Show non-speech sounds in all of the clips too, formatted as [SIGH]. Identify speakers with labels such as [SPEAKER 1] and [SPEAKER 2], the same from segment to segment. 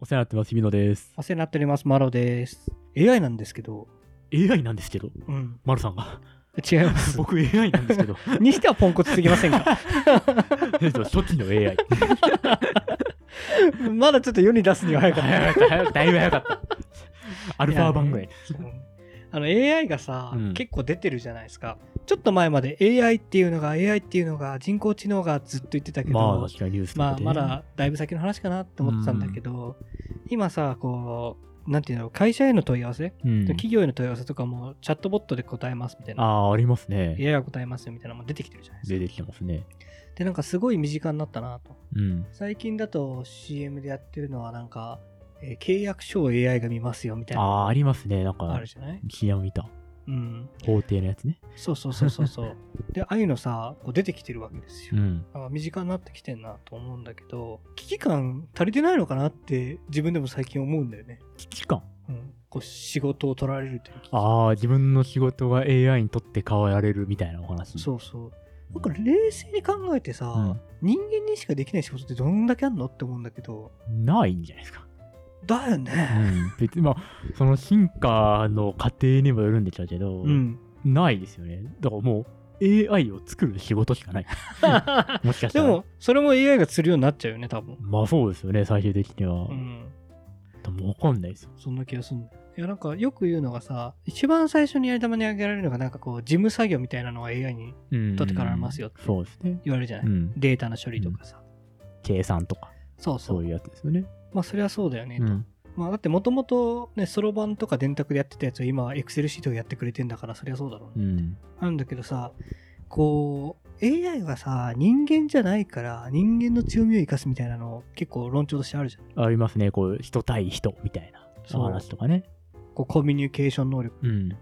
[SPEAKER 1] お世話になってます、日比野です。
[SPEAKER 2] お世話になっております、マロです。AI なんですけど、
[SPEAKER 1] AI なんですけど、
[SPEAKER 2] うん、
[SPEAKER 1] 丸さん
[SPEAKER 2] [LAUGHS]
[SPEAKER 1] が。
[SPEAKER 2] 違います。
[SPEAKER 1] 僕 AI なん
[SPEAKER 2] [LAUGHS]
[SPEAKER 1] ですけど、
[SPEAKER 2] にしてはポンコツすぎませんか
[SPEAKER 1] 初期の AI。
[SPEAKER 2] [LAUGHS] まだちょっと世に出すには早かった。
[SPEAKER 1] 早かった、早かった、だいぶ早かった。 [LAUGHS] アルファ版ぐらい。
[SPEAKER 2] [LAUGHS] あの AI がさ、
[SPEAKER 1] うん
[SPEAKER 2] 結構出てるじゃないですか。ちょっと前まで AI っていうのが AI っていうのが人工知能がずっと言ってたけど、
[SPEAKER 1] まあ、確かにニュースと
[SPEAKER 2] ま
[SPEAKER 1] か
[SPEAKER 2] あ
[SPEAKER 1] で
[SPEAKER 2] まだだいぶ先の話かなって思ってたんだけど、今さこうなんていうんだろう会社への問い合わせ、
[SPEAKER 1] うん
[SPEAKER 2] 企業への問い合わせとかもチャットボットで答えますみたいな
[SPEAKER 1] ああ、ありますね。
[SPEAKER 2] AI が答えますよみたいなのも出てきてるじゃないです
[SPEAKER 1] 出てきてますね。
[SPEAKER 2] かでなんかすごい身近になったなと
[SPEAKER 1] うん。
[SPEAKER 2] 最近だと CM でやってるのはなんか、えー契約書を AI が見ますよみたい
[SPEAKER 1] あ
[SPEAKER 2] な
[SPEAKER 1] あ、ありますね。なん
[SPEAKER 2] あ
[SPEAKER 1] か
[SPEAKER 2] る、じゃない、
[SPEAKER 1] 気合見た。
[SPEAKER 2] うん、
[SPEAKER 1] 法廷のやつね。
[SPEAKER 2] そうそうそうそうそう
[SPEAKER 1] [LAUGHS]
[SPEAKER 2] でああいうのさこう出てきてるわけですよ、
[SPEAKER 1] うん。
[SPEAKER 2] なんか身近になってきてんなと思うんだけど危機感足りてないのかなって自分でも最近思うんだよね
[SPEAKER 1] 危機感。
[SPEAKER 2] うん、こう仕事を取られるという危機
[SPEAKER 1] ああ、自分の仕事が AI にとって変わられるみたいなお話。
[SPEAKER 2] そうそうなんか冷静に考えてさ、
[SPEAKER 1] うん
[SPEAKER 2] 人間にしかできない仕事ってどんだけあんのって思うんだけど
[SPEAKER 1] ないんじゃないです
[SPEAKER 2] [LAUGHS]
[SPEAKER 1] か。
[SPEAKER 2] だよね
[SPEAKER 1] 別にまあその進化の過程にもよるんでしょうけど、
[SPEAKER 2] うん
[SPEAKER 1] ないですよねだからもう AI を作る仕事しか
[SPEAKER 2] [LAUGHS]
[SPEAKER 1] ないもしかした
[SPEAKER 2] で
[SPEAKER 1] ら
[SPEAKER 2] もそれも AI がするようになっちゃうよね多分
[SPEAKER 1] まあそうですよね最終的には、
[SPEAKER 2] うん
[SPEAKER 1] でも分かんないですよ
[SPEAKER 2] そんな気がするんだよいやなんかよく言うのがさ一番最初にやり玉にあげられるのがなんかこう事務作業みたいなのが AI にだってからありますよって
[SPEAKER 1] そうですね、
[SPEAKER 2] 言われるじゃない、
[SPEAKER 1] うん、
[SPEAKER 2] データの処理とかさ、
[SPEAKER 1] 計算とか
[SPEAKER 2] そうそう
[SPEAKER 1] そういうやつですよね、
[SPEAKER 2] まあそれはそうだよね、
[SPEAKER 1] うん
[SPEAKER 2] まあだってもともとねそろばんとか電卓でやってたやつを今は Excel シートをやってくれてんだからそりゃそうだろうね
[SPEAKER 1] うん
[SPEAKER 2] なんだけどさ、こう、AI はさ、人間じゃないから、人間の強みを生かすみたいなの、結構論調としてあるじゃん。
[SPEAKER 1] ありますねこう人対人みたいな
[SPEAKER 2] そう
[SPEAKER 1] 話とかね
[SPEAKER 2] こう、コミュニケーション能力。
[SPEAKER 1] うん、
[SPEAKER 2] だ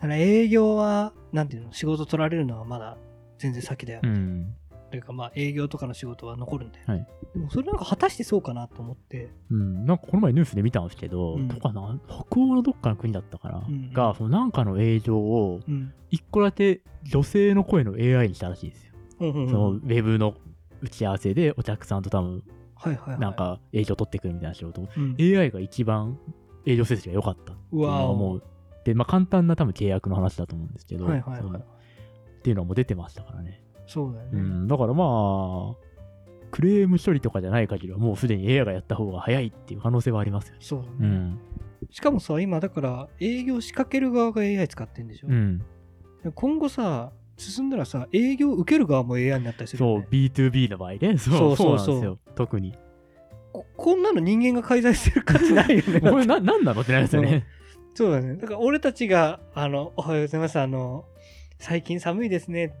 [SPEAKER 2] から営業は、なんていうの、仕事取られるのはまだ全然先だよ。
[SPEAKER 1] うん、
[SPEAKER 2] というか、まあ、営業とかの仕事は残るんだよ。
[SPEAKER 1] はい
[SPEAKER 2] でも、それなんか果たしてそうかなと思って、
[SPEAKER 1] うん、なんかこの前ニュースで見たんですけど、
[SPEAKER 2] うん
[SPEAKER 1] とかな北欧のどっかの国だったかな、
[SPEAKER 2] うん
[SPEAKER 1] がそのなんかの映像を
[SPEAKER 2] うん。
[SPEAKER 1] 一個だけ女性の声の AI にしたらしいんですよ、
[SPEAKER 2] うんうんうん
[SPEAKER 1] そのウェブの打ち合わせでお客さんと多分
[SPEAKER 2] はいはいはい。
[SPEAKER 1] なん、か営業取ってくるみたいな仕事、
[SPEAKER 2] うん、
[SPEAKER 1] AI が一番営業成績が良かったっていうのは思
[SPEAKER 2] う
[SPEAKER 1] うで、まあ、簡単な多分契約の話だと思うんですけど、
[SPEAKER 2] はいはい
[SPEAKER 1] そ
[SPEAKER 2] は
[SPEAKER 1] のっ
[SPEAKER 2] い。
[SPEAKER 1] ていうのはもう出てましたからね、
[SPEAKER 2] そうだよ
[SPEAKER 1] う
[SPEAKER 2] ね。
[SPEAKER 1] ん、だからまあクレーム処理とかじゃない限りはもうすでに AI がやった方が早いっていう可能性はありますよね
[SPEAKER 2] そうだね。
[SPEAKER 1] うん
[SPEAKER 2] しかもさ、今だから、営業仕掛ける側が AI 使ってんでしょ。
[SPEAKER 1] うん、
[SPEAKER 2] 今後さ進んだらさ営業受ける側も AI になったりする
[SPEAKER 1] そ
[SPEAKER 2] よ、
[SPEAKER 1] う
[SPEAKER 2] ね、
[SPEAKER 1] B2B の場合ね
[SPEAKER 2] そ
[SPEAKER 1] そうう
[SPEAKER 2] そ
[SPEAKER 1] そうう
[SPEAKER 2] そう
[SPEAKER 1] なんですよ特に
[SPEAKER 2] ここんなの人間が介在してる価値ないよね
[SPEAKER 1] [LAUGHS] もうこれな何なのってなりますよね、
[SPEAKER 2] そうだねだから俺たちが「あのおはようございますあの最近寒いですね」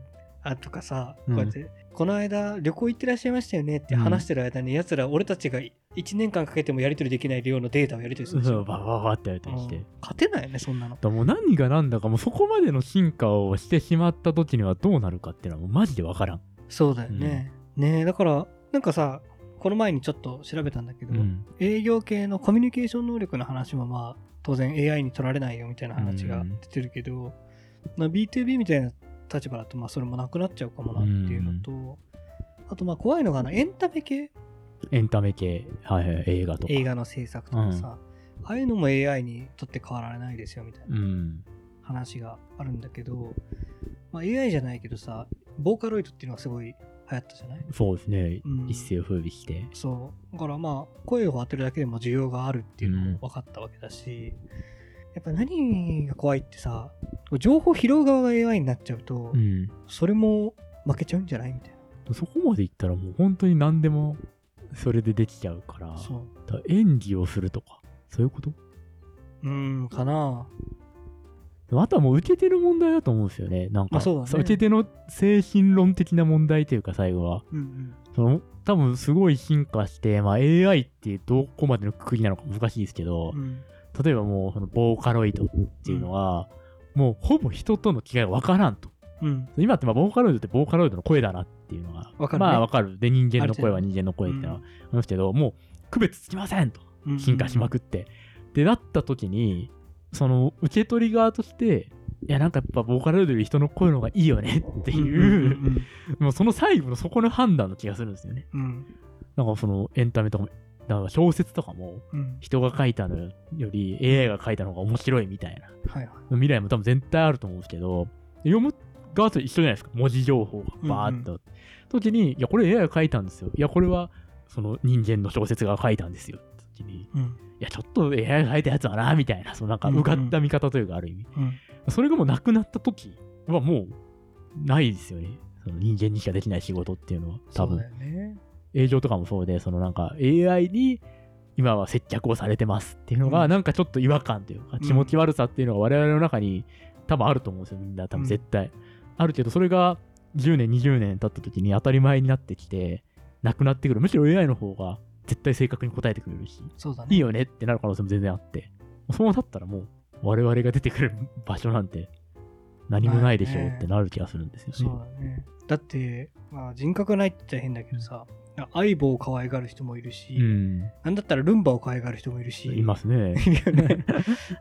[SPEAKER 2] あとかさこうやって、この間旅行行ってらっしゃいましたよね」って話してる間に、やつら俺たちが1年間かけてもやり取りできない量のデータをやり取りす
[SPEAKER 1] そ
[SPEAKER 2] る
[SPEAKER 1] う
[SPEAKER 2] でし
[SPEAKER 1] そう
[SPEAKER 2] ょ
[SPEAKER 1] ババババってやったりして、
[SPEAKER 2] うん勝てないよねそんな
[SPEAKER 1] だ
[SPEAKER 2] の
[SPEAKER 1] からもう何が何だかもうそこまでの進化をしてしまった時にはどうなるかっていうのはもうマジで分からん。
[SPEAKER 2] そうだよね、ねえだからなんかさこの前にちょっと調べたんだけど、
[SPEAKER 1] うん
[SPEAKER 2] 営業系のコミュニケーション能力の話もまあ当然 AI に取られないよみたいな話が出てるけど、まあ B2B みたいな立場だとまあそれもなくなっちゃうかもなっていうのと、あとまあ怖いのがあのエンタメ系
[SPEAKER 1] エンタメ系、はいはい、映画とか。
[SPEAKER 2] 映画の制作とかさ、ああいうのも AI にとって変わられないですよみたいな
[SPEAKER 1] うん。
[SPEAKER 2] 話があるんだけど、まあ、AI じゃないけどさボーカロイドっていうのはすごい流行ったじゃない
[SPEAKER 1] そうですね。
[SPEAKER 2] うん
[SPEAKER 1] 一世を風靡して。
[SPEAKER 2] そうだからまあ声を当てるだけでも需要があるっていうのも分かったわけだし、やっぱ何が怖いってさ情報拾う側が AI になっちゃうと、
[SPEAKER 1] うん。
[SPEAKER 2] それも負けちゃうんじゃないみたい
[SPEAKER 1] そこまでいったらもう本当に何でもそれでできちゃうから
[SPEAKER 2] な、そ
[SPEAKER 1] だから演技をするとか、そういうこと
[SPEAKER 2] ううんかな
[SPEAKER 1] あとはもう受け手の問題だと思うんですよね。なん
[SPEAKER 2] ま
[SPEAKER 1] か、
[SPEAKER 2] あそうだね
[SPEAKER 1] 受け手の精神論的な問題というか、最後は。
[SPEAKER 2] うんうん
[SPEAKER 1] その多分すごい進化して、まあ、AI ってどこまでのくくりなのか難しいですけど、
[SPEAKER 2] うん
[SPEAKER 1] 例えばもうそのボーカロイドっていうのは、もうほぼ人との違いが分からんと
[SPEAKER 2] うん
[SPEAKER 1] 今ってまあボーカロイドってボーカロイドの声だなっていうのが
[SPEAKER 2] わかるね
[SPEAKER 1] まあ分かるで人間の声は人間の声っていうのはありますけど、もう区別つきませんと
[SPEAKER 2] うん
[SPEAKER 1] 進化しまくって、でなった時にその受け取り側としていやなんかやっぱボーカロイドより人の声の方がいいよねって
[SPEAKER 2] うん
[SPEAKER 1] いう、
[SPEAKER 2] うん
[SPEAKER 1] もうその最後のそこの判断の気がするんですよね
[SPEAKER 2] うんうん
[SPEAKER 1] なんかそのエンタメとかもだから小説とかも
[SPEAKER 2] うん。
[SPEAKER 1] 人が書いたのより AI が書いたのが面白いみたいな
[SPEAKER 2] はいはい。
[SPEAKER 1] 未来も多分絶対あると思うんですけど読む側と一緒じゃないですか文字情報がバーっと、時にいやこれ AI が書いたんですよいやこれはその人間の小説が書いたんですよって時にい
[SPEAKER 2] うん。
[SPEAKER 1] やちょっと AI が書いたやつはなみたいなそのなんか
[SPEAKER 2] うんうん
[SPEAKER 1] うがった見方というかある意味、
[SPEAKER 2] うん。
[SPEAKER 1] それがもうなくなった時はもうないですよねその人間にしかできない仕事っていうのは多
[SPEAKER 2] そう
[SPEAKER 1] 分
[SPEAKER 2] だよね。
[SPEAKER 1] 営業とかもそうでそのなんか AI に今は接客をされてますっていうの
[SPEAKER 2] う
[SPEAKER 1] が
[SPEAKER 2] ん
[SPEAKER 1] なんかちょっと違和感というか
[SPEAKER 2] ん
[SPEAKER 1] 気持ち悪さっていうのが我々の中に多分あると思うんですよみんな多
[SPEAKER 2] うん
[SPEAKER 1] 分絶対、あるけどそれが10年20年経った時に当たり前になってきてなくなってくるむしろ AI の方が絶対正確に答えてくれるし
[SPEAKER 2] そうだね。
[SPEAKER 1] いいよねってなる可能性も全然あってそうなったらもう我々が出てくる場所なんて何もないでしょうってなる気がするんですよね。
[SPEAKER 2] そうだね。だって、まあ、人格ないって言ったら変だけどさ、相棒を可愛がる人もいるし、
[SPEAKER 1] うん、
[SPEAKER 2] なんだったらルンバを可愛がる人もいるし、
[SPEAKER 1] いますね。
[SPEAKER 2] いるよね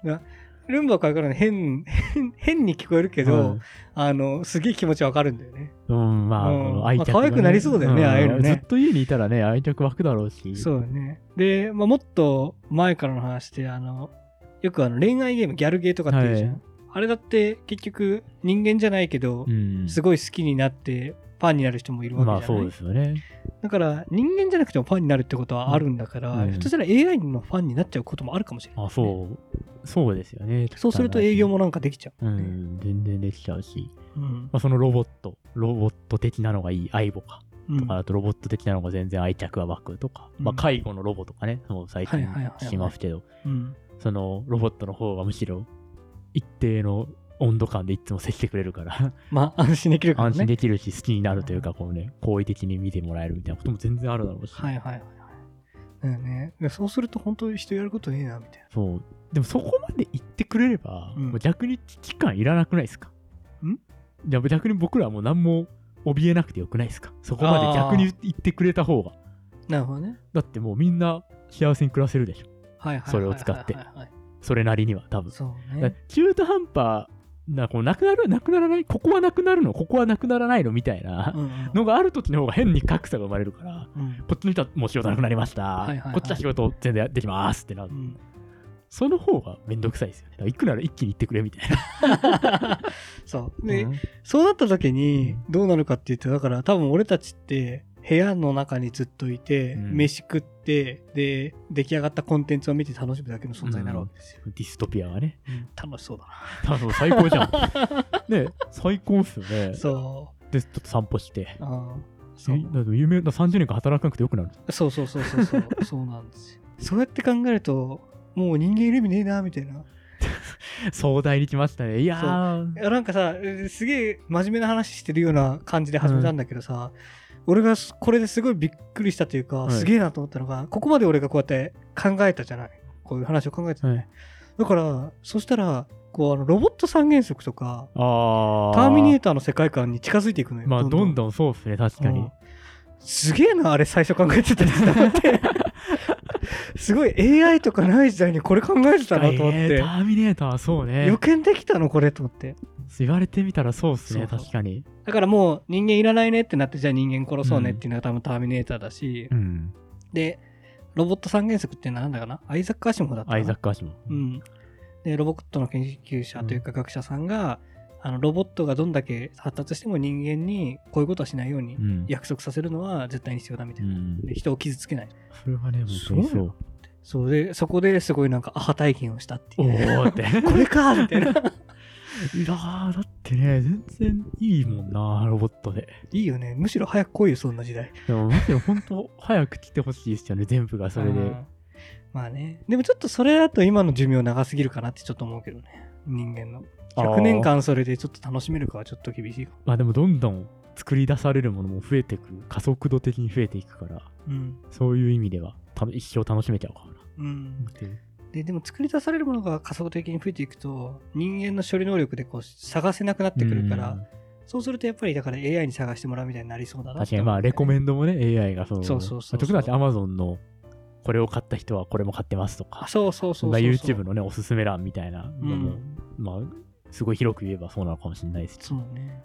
[SPEAKER 2] なルンバを可愛がるの変、変変に聞こえるけど、
[SPEAKER 1] うん
[SPEAKER 2] あの、すげえ気持ちわかるんだよね。
[SPEAKER 1] うん、まあ、
[SPEAKER 2] うん
[SPEAKER 1] この愛着
[SPEAKER 2] まあ可愛くなりそうだよね
[SPEAKER 1] ん
[SPEAKER 2] ああいうのね
[SPEAKER 1] ずっと家にいたらね、愛着湧くだろうし。
[SPEAKER 2] そうだね。で、まあ、もっと前からの話で、あの、よくあの恋愛ゲーム、ギャルゲーとかっていうじゃん。
[SPEAKER 1] はい
[SPEAKER 2] あれだって結局人間じゃないけど、
[SPEAKER 1] うん。
[SPEAKER 2] すごい好きになってファンになる人もいるわけじゃ
[SPEAKER 1] まあ、
[SPEAKER 2] ない、
[SPEAKER 1] そうですよね。
[SPEAKER 2] だから人間じゃなくてもファンになるってことはあるんだから、
[SPEAKER 1] うん
[SPEAKER 2] ひょっとしたら AI のファンになっちゃうこともあるかもしれない。
[SPEAKER 1] あ、そう。そうですよね。
[SPEAKER 2] そうすると営業も。なんかできちゃう。
[SPEAKER 1] うん、全然できちゃうし。
[SPEAKER 2] うん。
[SPEAKER 1] まあ、そのロボット、ロボット的なのがいい、相棒か。
[SPEAKER 2] うん
[SPEAKER 1] とか、あとロボット的なのが全然愛着が湧くとか。
[SPEAKER 2] うん
[SPEAKER 1] まあ、介護のロボとかね、もう最
[SPEAKER 2] はい
[SPEAKER 1] 近
[SPEAKER 2] はいはいはい
[SPEAKER 1] 聞きますけど、
[SPEAKER 2] うん
[SPEAKER 1] そのロボットの方がむしろ一定の温度感でいつも接してくれるから。
[SPEAKER 2] まあ、安心できるか
[SPEAKER 1] [LAUGHS]
[SPEAKER 2] ら
[SPEAKER 1] 安心
[SPEAKER 2] ね。
[SPEAKER 1] できるし、好きになるというか、こうね、好意的に見てもらえるみたいなことも全然あるだろうし。
[SPEAKER 2] はいはいはいはい。だよね。でそうすると本当に人やることねえな、みたいな。
[SPEAKER 1] そう。でもそこまで言ってくれれば、
[SPEAKER 2] うん
[SPEAKER 1] もう逆に危機感いらなくないですか
[SPEAKER 2] ん
[SPEAKER 1] じゃあ逆に僕らはもう何も怯えなくてよくないですかそこまで逆に言ってくれた方が。
[SPEAKER 2] なるほどね。
[SPEAKER 1] だってもうみんな幸せに暮らせるでしょ。
[SPEAKER 2] はいはいはいはいはい。
[SPEAKER 1] それを使って
[SPEAKER 2] はいはい
[SPEAKER 1] それなりには、多分。
[SPEAKER 2] そう
[SPEAKER 1] だ
[SPEAKER 2] ね
[SPEAKER 1] か。ら中途半端な、こうなくなる、なくならない、ここはなくなるの、ここはなくならないのみたいな
[SPEAKER 2] うんうん
[SPEAKER 1] のがある時の方が変に格差が生まれるから。
[SPEAKER 2] うん
[SPEAKER 1] こっちの人はもう仕事なくなりました、
[SPEAKER 2] いはいはい
[SPEAKER 1] こっちは仕事全然できますってなる、
[SPEAKER 2] うん
[SPEAKER 1] その方がめんどくさいですよねだから行くなら一気に行ってくれみたいな、
[SPEAKER 2] [LAUGHS] そう。で、
[SPEAKER 1] うん
[SPEAKER 2] そうなった時にどうなるかっていうと、だから多分俺たちって部屋の中にずっといて、
[SPEAKER 1] うん
[SPEAKER 2] 飯食って、で、出来上がったコンテンツを見て楽しむだけの存在になるわけですよ。
[SPEAKER 1] ディストピアがね
[SPEAKER 2] 楽しそうだな。
[SPEAKER 1] 多分最高じ
[SPEAKER 2] [LAUGHS]
[SPEAKER 1] ゃんね最高っすよね
[SPEAKER 2] そ
[SPEAKER 1] でちょっと散歩して
[SPEAKER 2] う。うんそう
[SPEAKER 1] えだって有名な30年間働かなくてよくなる
[SPEAKER 2] そうそうそうそう
[SPEAKER 1] [LAUGHS]
[SPEAKER 2] そう。そうなんですよ。そうやって考えると、もう人間いる意味ねえな、みたいな。
[SPEAKER 1] 壮大に来ましたねいやー
[SPEAKER 2] いやなんかさ、えすげえ真面目な話してるような感じで始めたんだけどさ、俺がすこれですごいびっくりしたというか、
[SPEAKER 1] はい
[SPEAKER 2] すげえなと思ったのが、ここまで俺がこうやって考えたじゃない。こういう話を考えてたね。
[SPEAKER 1] はい
[SPEAKER 2] だから、そしたら、こうあのロボット三原則とか、
[SPEAKER 1] あ
[SPEAKER 2] ターミネー
[SPEAKER 1] ト
[SPEAKER 2] ターの世界観に近づいていくのよ。
[SPEAKER 1] まあどんどんそうっすね確か
[SPEAKER 2] う
[SPEAKER 1] に
[SPEAKER 2] んすげえな、あれ最初考えてたやつだな [LAUGHS] って。すごい AI とかない時代にこれ考えてたなと思っ
[SPEAKER 1] えー
[SPEAKER 2] て
[SPEAKER 1] タ。ーミネーターそうね
[SPEAKER 2] 予見できたのこれと思って。
[SPEAKER 1] 言われてみたらそうっすね
[SPEAKER 2] そうそう
[SPEAKER 1] 確かに
[SPEAKER 2] だからもう人間いらないねってなってじゃあ人間殺そうねっていうのが多分ターミネーターだし、
[SPEAKER 1] うん
[SPEAKER 2] でロボット三原則ってなんだかなアイザック・アシモフだったかな
[SPEAKER 1] アイザック・アシモフ
[SPEAKER 2] うん、でロボットの研究者というか学者さんが、あのロボットがどんだけ発達しても人間にこういうことはしないように
[SPEAKER 1] うん
[SPEAKER 2] 約束させるのは絶対に必要だみた
[SPEAKER 1] う
[SPEAKER 2] いな、
[SPEAKER 1] ん
[SPEAKER 2] で人を傷つけない
[SPEAKER 1] それはね、本当に
[SPEAKER 2] す
[SPEAKER 1] そ。
[SPEAKER 2] ごいうそうでそこですごいなんかアハ体験をしたって
[SPEAKER 1] お
[SPEAKER 2] いう
[SPEAKER 1] ーって。
[SPEAKER 2] [LAUGHS] これかみたいな
[SPEAKER 1] いやーだってね、全然いいもんな、ロボットで。
[SPEAKER 2] いいよねむしろ早く来いよそんな時代
[SPEAKER 1] でも、むしろ本当、早く来てほしいですよね、全部がそれ
[SPEAKER 2] う
[SPEAKER 1] で
[SPEAKER 2] ん。まあねでもちょっとそれだと今の寿命長すぎるかなってちょっと思うけどね人間の
[SPEAKER 1] あー
[SPEAKER 2] 100年間それでちょっと楽しめるかはちょっと厳しいかも
[SPEAKER 1] まあでも、どんどん作り出されるものも増えてく、加速度的に増えていくから、
[SPEAKER 2] うん
[SPEAKER 1] そういう意味では、た一生楽しめちゃうかもな。
[SPEAKER 2] うん
[SPEAKER 1] っていう
[SPEAKER 2] ででも作り出されるものが加速的に増えていくと人間の処理能力でこう探せなくなってくるから、
[SPEAKER 1] うん
[SPEAKER 2] そうするとやっぱりだから AI に探してもらうみたいになりそうだな
[SPEAKER 1] 確かに、まあ、レコメンドもね、AI がその、
[SPEAKER 2] そうそうそうそう
[SPEAKER 1] まあ特に私 Amazon の、これを買った人はこれも買ってますと
[SPEAKER 2] あ
[SPEAKER 1] か、
[SPEAKER 2] そうそうそ
[SPEAKER 1] そん
[SPEAKER 2] う
[SPEAKER 1] な
[SPEAKER 2] そう
[SPEAKER 1] YouTube のね、おすすめ欄みたいな
[SPEAKER 2] う
[SPEAKER 1] のも、
[SPEAKER 2] ん
[SPEAKER 1] まあ、すごい広く言えばそうなのかもしれないですけど
[SPEAKER 2] そうね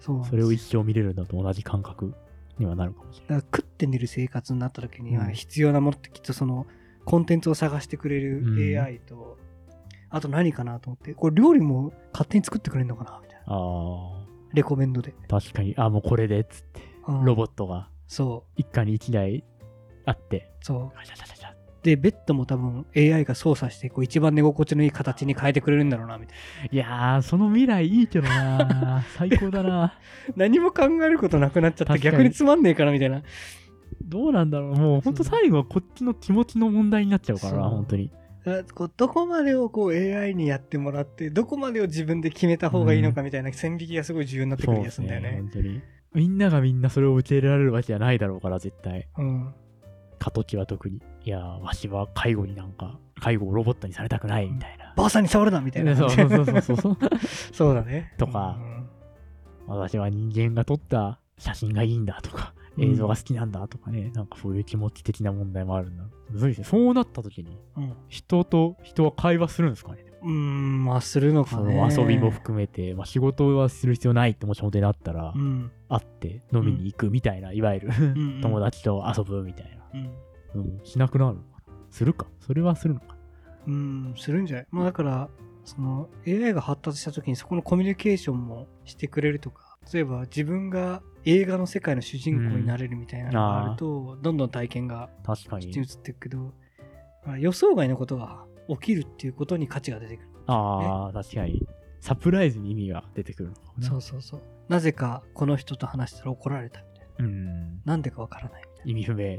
[SPEAKER 2] そうなんです
[SPEAKER 1] それを一生見れるのと同じ感覚にはなるかもしれない。
[SPEAKER 2] だから食って寝る生活になった時に
[SPEAKER 1] う
[SPEAKER 2] は
[SPEAKER 1] ん
[SPEAKER 2] 必要なものってきっとそのコンテンツを探してくれ
[SPEAKER 1] うん
[SPEAKER 2] る AI と、あと何かなと思ってこれ料理も勝手に作ってくれるのかなみたいな
[SPEAKER 1] あ
[SPEAKER 2] レコメンドで、
[SPEAKER 1] あ、確かに、あもうこれでっつって、
[SPEAKER 2] うん
[SPEAKER 1] ロボットが
[SPEAKER 2] そう
[SPEAKER 1] 一家に一台あって、
[SPEAKER 2] そう
[SPEAKER 1] ガシャガシャガシャ
[SPEAKER 2] でベッドも多分 AI が操作してこう一番寝心地のいい形に変えてくれるんだろうなみたい
[SPEAKER 1] いやー、その未来いいけど [LAUGHS] な最高だな
[SPEAKER 2] な何も考えることなくなっちゃって
[SPEAKER 1] 確かに
[SPEAKER 2] 逆につまんねえからみたいな
[SPEAKER 1] どうなんだろうもうほんと最後はこっちの気持ちの問題になっちゃうから
[SPEAKER 2] そ
[SPEAKER 1] な、
[SPEAKER 2] う
[SPEAKER 1] 本当に。
[SPEAKER 2] だからこうどこまでをこう AI にやってもらってどこまでを自分で決めた方がいいのかみたいな線引きがすごい重要になってくる気がするんだよね。
[SPEAKER 1] 本当に。みんながみんなそれを受け入れられるわけじゃないだろうから、絶対。
[SPEAKER 2] うん
[SPEAKER 1] 過渡期は特に。いやー、わしは介護になんか、介護をロボットにされたくないみたいな。
[SPEAKER 2] ばあさんに触るなみたい
[SPEAKER 1] [LAUGHS]
[SPEAKER 2] な。
[SPEAKER 1] そうそうそうそうそう。
[SPEAKER 2] [LAUGHS] そうだね。
[SPEAKER 1] とか
[SPEAKER 2] うん
[SPEAKER 1] 私は人間が撮った写真がいいんだとか、
[SPEAKER 2] うん
[SPEAKER 1] 映像が好きなんだとかね、なんかそういう気持ち的な問題もあるんだろう。むずいですね。そうなった時に、
[SPEAKER 2] うん、
[SPEAKER 1] 人と人は会話するんですかね
[SPEAKER 2] うーん、まあするのか
[SPEAKER 1] そ
[SPEAKER 2] ね
[SPEAKER 1] の。遊びも含めて、まあ、仕事はする必要ないってもし本当になったら、
[SPEAKER 2] うん。
[SPEAKER 1] 会って飲みに行くみたいな、いわゆる
[SPEAKER 2] うん
[SPEAKER 1] 友達と遊ぶみたいな、
[SPEAKER 2] うん
[SPEAKER 1] うんしなくなるのかなするかそれはするのか
[SPEAKER 2] うん、するんじゃないまあだから、その AI が発達した時にそこのコミュニケーションもしてくれるとか、例えば自分が映画の世界の主人公になれるみたいなのがあると、どんどん体験が
[SPEAKER 1] 確か
[SPEAKER 2] そっ
[SPEAKER 1] に
[SPEAKER 2] ちに移っていくけど、まあ予想外のことが起きるっていうことに価値が出てくる。
[SPEAKER 1] ああ確かにサプライズに意味が出てくるのかもね
[SPEAKER 2] そうそうそう。なぜかこの人と話したら怒られたみたい
[SPEAKER 1] う
[SPEAKER 2] な。
[SPEAKER 1] ん
[SPEAKER 2] なんでかわからないみたいな。
[SPEAKER 1] 意味不明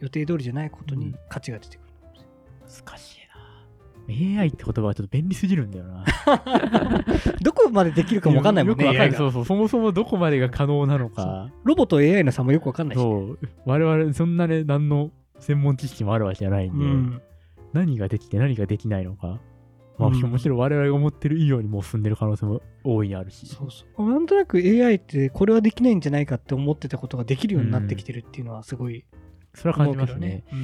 [SPEAKER 2] 予定通りじゃないこと
[SPEAKER 1] う
[SPEAKER 2] に
[SPEAKER 1] ん
[SPEAKER 2] 価値が出てくる。 [LAUGHS]
[SPEAKER 1] 難しいな AI って言葉はちょっと便利すぎるんだよ
[SPEAKER 2] [LAUGHS]
[SPEAKER 1] な
[SPEAKER 2] どこまでできるかもわかんないもんね。
[SPEAKER 1] よくわかん
[SPEAKER 2] AI
[SPEAKER 1] な
[SPEAKER 2] が
[SPEAKER 1] いそうそうそもそもどこまでが可能なのか
[SPEAKER 2] ロボと AI の差もよくわかんないしね、
[SPEAKER 1] そう我々そんなね何の専門知識もあるわけじゃないんで、
[SPEAKER 2] うん。
[SPEAKER 1] 何ができて何ができないのか、まあ、
[SPEAKER 2] うん
[SPEAKER 1] むしろ我々が思ってる以上にもう進んでる可能性も大いにあるし
[SPEAKER 2] そうそう。なんとなく AI ってこれはできないんじゃないかって思ってたことができるようになってきてるっていうのはすごい
[SPEAKER 1] それは
[SPEAKER 2] 思
[SPEAKER 1] 感
[SPEAKER 2] う
[SPEAKER 1] じます
[SPEAKER 2] けど
[SPEAKER 1] ね
[SPEAKER 2] ね。う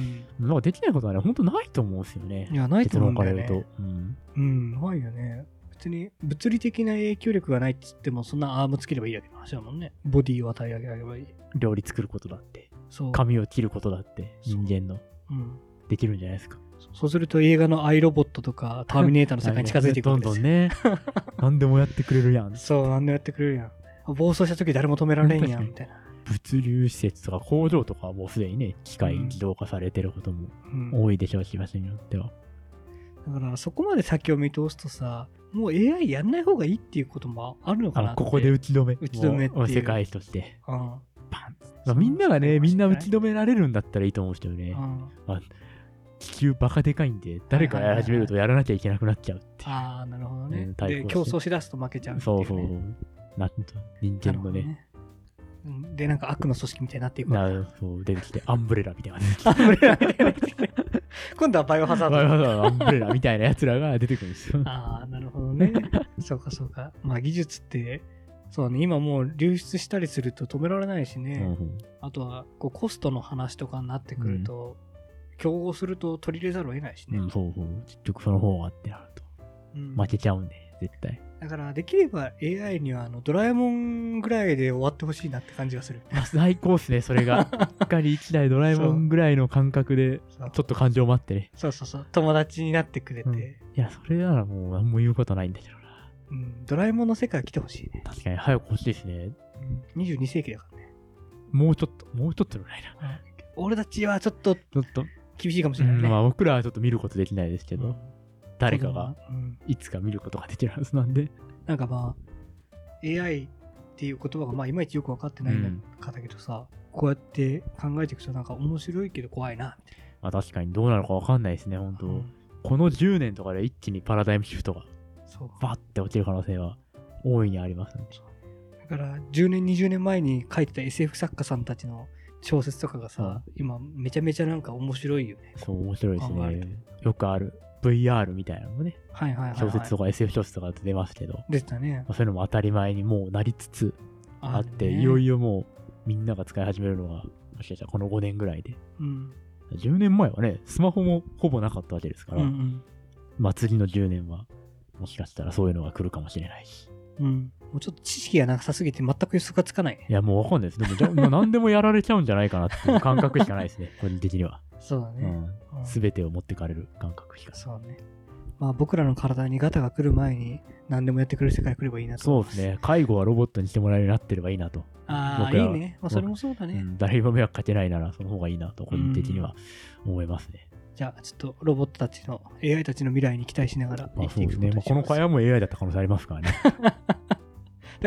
[SPEAKER 2] ん
[SPEAKER 1] なんかできないことはね本当ないと思うんですよね
[SPEAKER 2] いや、ない
[SPEAKER 1] 結
[SPEAKER 2] と思
[SPEAKER 1] 論
[SPEAKER 2] うん
[SPEAKER 1] か
[SPEAKER 2] だ
[SPEAKER 1] ら
[SPEAKER 2] よ
[SPEAKER 1] 言うと
[SPEAKER 2] ね。、
[SPEAKER 1] うん、
[SPEAKER 2] うん、ないよね。別に物理的な影響力がないって言ってもそんなアームつければいいだけの話だもんね。ボディを与え上げればいい。
[SPEAKER 1] 料理作ることだって
[SPEAKER 2] そう。
[SPEAKER 1] 髪を切ることだって
[SPEAKER 2] そう
[SPEAKER 1] 人間の
[SPEAKER 2] うん
[SPEAKER 1] できるんじゃないですか
[SPEAKER 2] そうすると映画のアイロボットとかターミネーターの世界に近づいてい
[SPEAKER 1] [LAUGHS]
[SPEAKER 2] く
[SPEAKER 1] ど
[SPEAKER 2] わ
[SPEAKER 1] ん
[SPEAKER 2] けで
[SPEAKER 1] ど
[SPEAKER 2] す
[SPEAKER 1] ん
[SPEAKER 2] よ。
[SPEAKER 1] ね何でもやってくれるやん
[SPEAKER 2] そう、あんなやってくれるやん。暴走した時誰も止められんやんみたいな。
[SPEAKER 1] 物流施設とか工場とかはもうすでにね機械
[SPEAKER 2] うん
[SPEAKER 1] 自動化されてることも
[SPEAKER 2] うん
[SPEAKER 1] 多いでしょうし場所によっては
[SPEAKER 2] だからそこまで先を見通すとさ、もう AI やんない方がいいっていうこともあるのか
[SPEAKER 1] あ
[SPEAKER 2] なっ
[SPEAKER 1] の
[SPEAKER 2] て。
[SPEAKER 1] ここで打ち止め
[SPEAKER 2] 打ち止めっていう
[SPEAKER 1] もう世界として
[SPEAKER 2] うん。
[SPEAKER 1] パンまあ、
[SPEAKER 2] そう
[SPEAKER 1] みんなが
[SPEAKER 2] そう
[SPEAKER 1] ね、みんな
[SPEAKER 2] そう
[SPEAKER 1] 打ち止められるんだったらいいと思うんですけどね
[SPEAKER 2] う。ん。
[SPEAKER 1] 地球バカでかいんで、誰かやり始めるとやらなきゃいけなくなっちゃうっていう。
[SPEAKER 2] ああ、なるほど
[SPEAKER 1] う
[SPEAKER 2] ね
[SPEAKER 1] ん。対抗して
[SPEAKER 2] で、競争しだすと負けちゃうってい
[SPEAKER 1] そうう
[SPEAKER 2] ね。
[SPEAKER 1] そうそう。なんと、人
[SPEAKER 2] な
[SPEAKER 1] 間
[SPEAKER 2] るほ
[SPEAKER 1] の
[SPEAKER 2] ど
[SPEAKER 1] ね、
[SPEAKER 2] ね。うんで、なんか悪の組織みたいになっていくわけ
[SPEAKER 1] なるそう出てきて、アンブレラみ
[SPEAKER 2] [LAUGHS]
[SPEAKER 1] たいな。
[SPEAKER 2] 危ない危ない危ない [LAUGHS] 今度はバイオハザード
[SPEAKER 1] わざわ
[SPEAKER 2] だ。
[SPEAKER 1] [LAUGHS] ざアンブレラみたいなやつらが出てくるんですよ。
[SPEAKER 2] ああ、なるほどね。 [LAUGHS] そうかそうか。まあ技術って、そうね、今もう流出したりすると止められないし
[SPEAKER 1] う
[SPEAKER 2] ね。
[SPEAKER 1] ん
[SPEAKER 2] あとはこうコストの話とかになってくると、競合すると取り入れざるを得ないし
[SPEAKER 1] う
[SPEAKER 2] ね。
[SPEAKER 1] ん、そうそう。結局その方がってなると、
[SPEAKER 2] うん
[SPEAKER 1] 負けちゃうんで、絶対。
[SPEAKER 2] だからできれば AI にはあのドラえもんぐらいで終わってほしいなって感じがする。
[SPEAKER 1] まあ最高っすね、それ [LAUGHS] が。しっかり1台ドラえもんぐらいの感覚で、
[SPEAKER 2] そう
[SPEAKER 1] ちょっと感情待ってね。
[SPEAKER 2] そうそうそう。友達になってくれて、
[SPEAKER 1] う
[SPEAKER 2] うんん
[SPEAKER 1] いや、それならもう何も言うことないんだけどな。
[SPEAKER 2] ドラえもんの世界来てほしいね。
[SPEAKER 1] 確かに早く欲しいですね。
[SPEAKER 2] うん22世紀だからね。
[SPEAKER 1] もうちょっと、もうちょっとぐらいな。
[SPEAKER 2] 俺たちはちょっと
[SPEAKER 1] ちょっと、
[SPEAKER 2] 厳しいかもし
[SPEAKER 1] う
[SPEAKER 2] れない
[SPEAKER 1] ん
[SPEAKER 2] ね。
[SPEAKER 1] まあ僕らはちょっと見ることできないですけど、
[SPEAKER 2] うん
[SPEAKER 1] 誰かが、
[SPEAKER 2] うん
[SPEAKER 1] いつか見ることができるはずなんで、
[SPEAKER 2] なんかまあ AI っていう言葉がまあいまいちよく分かってない
[SPEAKER 1] うん
[SPEAKER 2] かだけどさ、こうやって考えていくとなんか面白いけど怖いなみたい
[SPEAKER 1] まあ確かにどうなのかわかんないですね、本当、
[SPEAKER 2] な、うん
[SPEAKER 1] この10年とかで一気にパラダイムシフトが
[SPEAKER 2] そう
[SPEAKER 1] バッて落ちる可能性は大いにありますね。
[SPEAKER 2] だから10年20年前に書いてた SF 作家さんたちの小説とかがさ、今めちゃめちゃなんか面白いよね
[SPEAKER 1] そう、面白いです
[SPEAKER 2] 考える
[SPEAKER 1] ね。よくある VR みたいなのもね、
[SPEAKER 2] はいはいはい、はい、
[SPEAKER 1] 小説とか SF 小説とか出ますけど、
[SPEAKER 2] 出てたね
[SPEAKER 1] まあそういうのも当たり前にもうなりつつあって、
[SPEAKER 2] るね
[SPEAKER 1] いよいよもうみんなが使い始めるのが、もしかしたらこの5年ぐらいで。
[SPEAKER 2] うん
[SPEAKER 1] 10年前はね、スマホもほぼなかったわけですか
[SPEAKER 2] うん
[SPEAKER 1] ら、
[SPEAKER 2] うん
[SPEAKER 1] まあ、次の10年は、もしかしたらそういうのが来るかもしれないし、
[SPEAKER 2] うん、もうちょっと知識がなさすぎて全く予測がつかないね。
[SPEAKER 1] いや、もうわかんないです。でも、じゃもう何でもやられちゃうんじゃないかなっていう感覚しかないです
[SPEAKER 2] [LAUGHS]
[SPEAKER 1] ね、個人的には。
[SPEAKER 2] そうだね。うん
[SPEAKER 1] すべ、全てを持ってかれる感覚しか。
[SPEAKER 2] そうね。まあ僕らの体にガタが来る前に何でもやってくれる世界が来ればいいなと。
[SPEAKER 1] そうですね。介護はロボットにしてもらえるようになってればいいなと。
[SPEAKER 2] ああ、
[SPEAKER 1] 僕
[SPEAKER 2] い
[SPEAKER 1] ら
[SPEAKER 2] い
[SPEAKER 1] は
[SPEAKER 2] ね。まあそれもそうだね。
[SPEAKER 1] うん誰にも迷惑かけないなら、その方がいいなと、個人的には思いますね。
[SPEAKER 2] じゃあちょっとロボットたちの AI たちの未来に期待しながら
[SPEAKER 1] ま
[SPEAKER 2] 生
[SPEAKER 1] あ、
[SPEAKER 2] き
[SPEAKER 1] そ
[SPEAKER 2] て
[SPEAKER 1] う
[SPEAKER 2] い
[SPEAKER 1] で
[SPEAKER 2] く
[SPEAKER 1] す
[SPEAKER 2] こと
[SPEAKER 1] ね。まあ、
[SPEAKER 2] にし
[SPEAKER 1] この
[SPEAKER 2] ます
[SPEAKER 1] 回はもう AI だった可能性ありますからね。
[SPEAKER 2] だ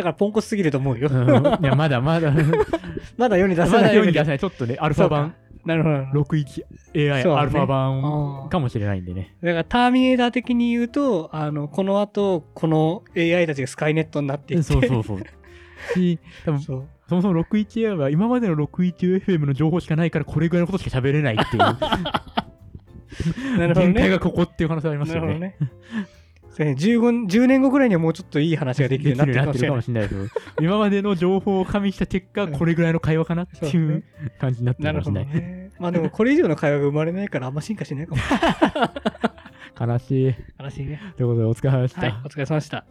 [SPEAKER 2] からポンコツすぎると思うよ。 [LAUGHS]
[SPEAKER 1] うんいや、まだまだ、
[SPEAKER 2] まだ世に出
[SPEAKER 1] ま
[SPEAKER 2] せな
[SPEAKER 1] だ
[SPEAKER 2] い
[SPEAKER 1] 世に出
[SPEAKER 2] だ
[SPEAKER 1] せない。ちょっとね、アルファ版、
[SPEAKER 2] なるほどなるほど。
[SPEAKER 1] 61AI
[SPEAKER 2] そうね
[SPEAKER 1] アルファ
[SPEAKER 2] う
[SPEAKER 1] 版
[SPEAKER 2] ん
[SPEAKER 1] かもしれないんでね。
[SPEAKER 2] だからターミネーター的に言うと、あの、この後、この AI たちがスカイネットになっていって。
[SPEAKER 1] そうそうそう。し多分
[SPEAKER 2] そう
[SPEAKER 1] そもそも 61AI は今までの 61FM の情報しかないからこれぐらいのことしか喋れない
[SPEAKER 2] [LAUGHS]
[SPEAKER 1] っていう
[SPEAKER 2] なるほど
[SPEAKER 1] 限界
[SPEAKER 2] ね。
[SPEAKER 1] がここっていう可能性あります
[SPEAKER 2] な
[SPEAKER 1] よ
[SPEAKER 2] るほど
[SPEAKER 1] ね。
[SPEAKER 2] ね。 [LAUGHS] そうね15 10年後ぐらいにはもうちょっといい話ができるようになってるかもしれない。
[SPEAKER 1] れないけど今までの情報を加味した結果、
[SPEAKER 2] うん
[SPEAKER 1] これぐらいの会話かなって
[SPEAKER 2] そう
[SPEAKER 1] い
[SPEAKER 2] ね
[SPEAKER 1] う感じになって
[SPEAKER 2] な
[SPEAKER 1] るか
[SPEAKER 2] る
[SPEAKER 1] もし
[SPEAKER 2] ほ
[SPEAKER 1] れな
[SPEAKER 2] ど
[SPEAKER 1] い。
[SPEAKER 2] ね。まあでもこれ以上の会話が生まれないからあんま進 [LAUGHS] 化しないかも
[SPEAKER 1] 悲しい。
[SPEAKER 2] 悲しいね。
[SPEAKER 1] ということで、お疲れ様でした。
[SPEAKER 2] はい、お疲れ様でした。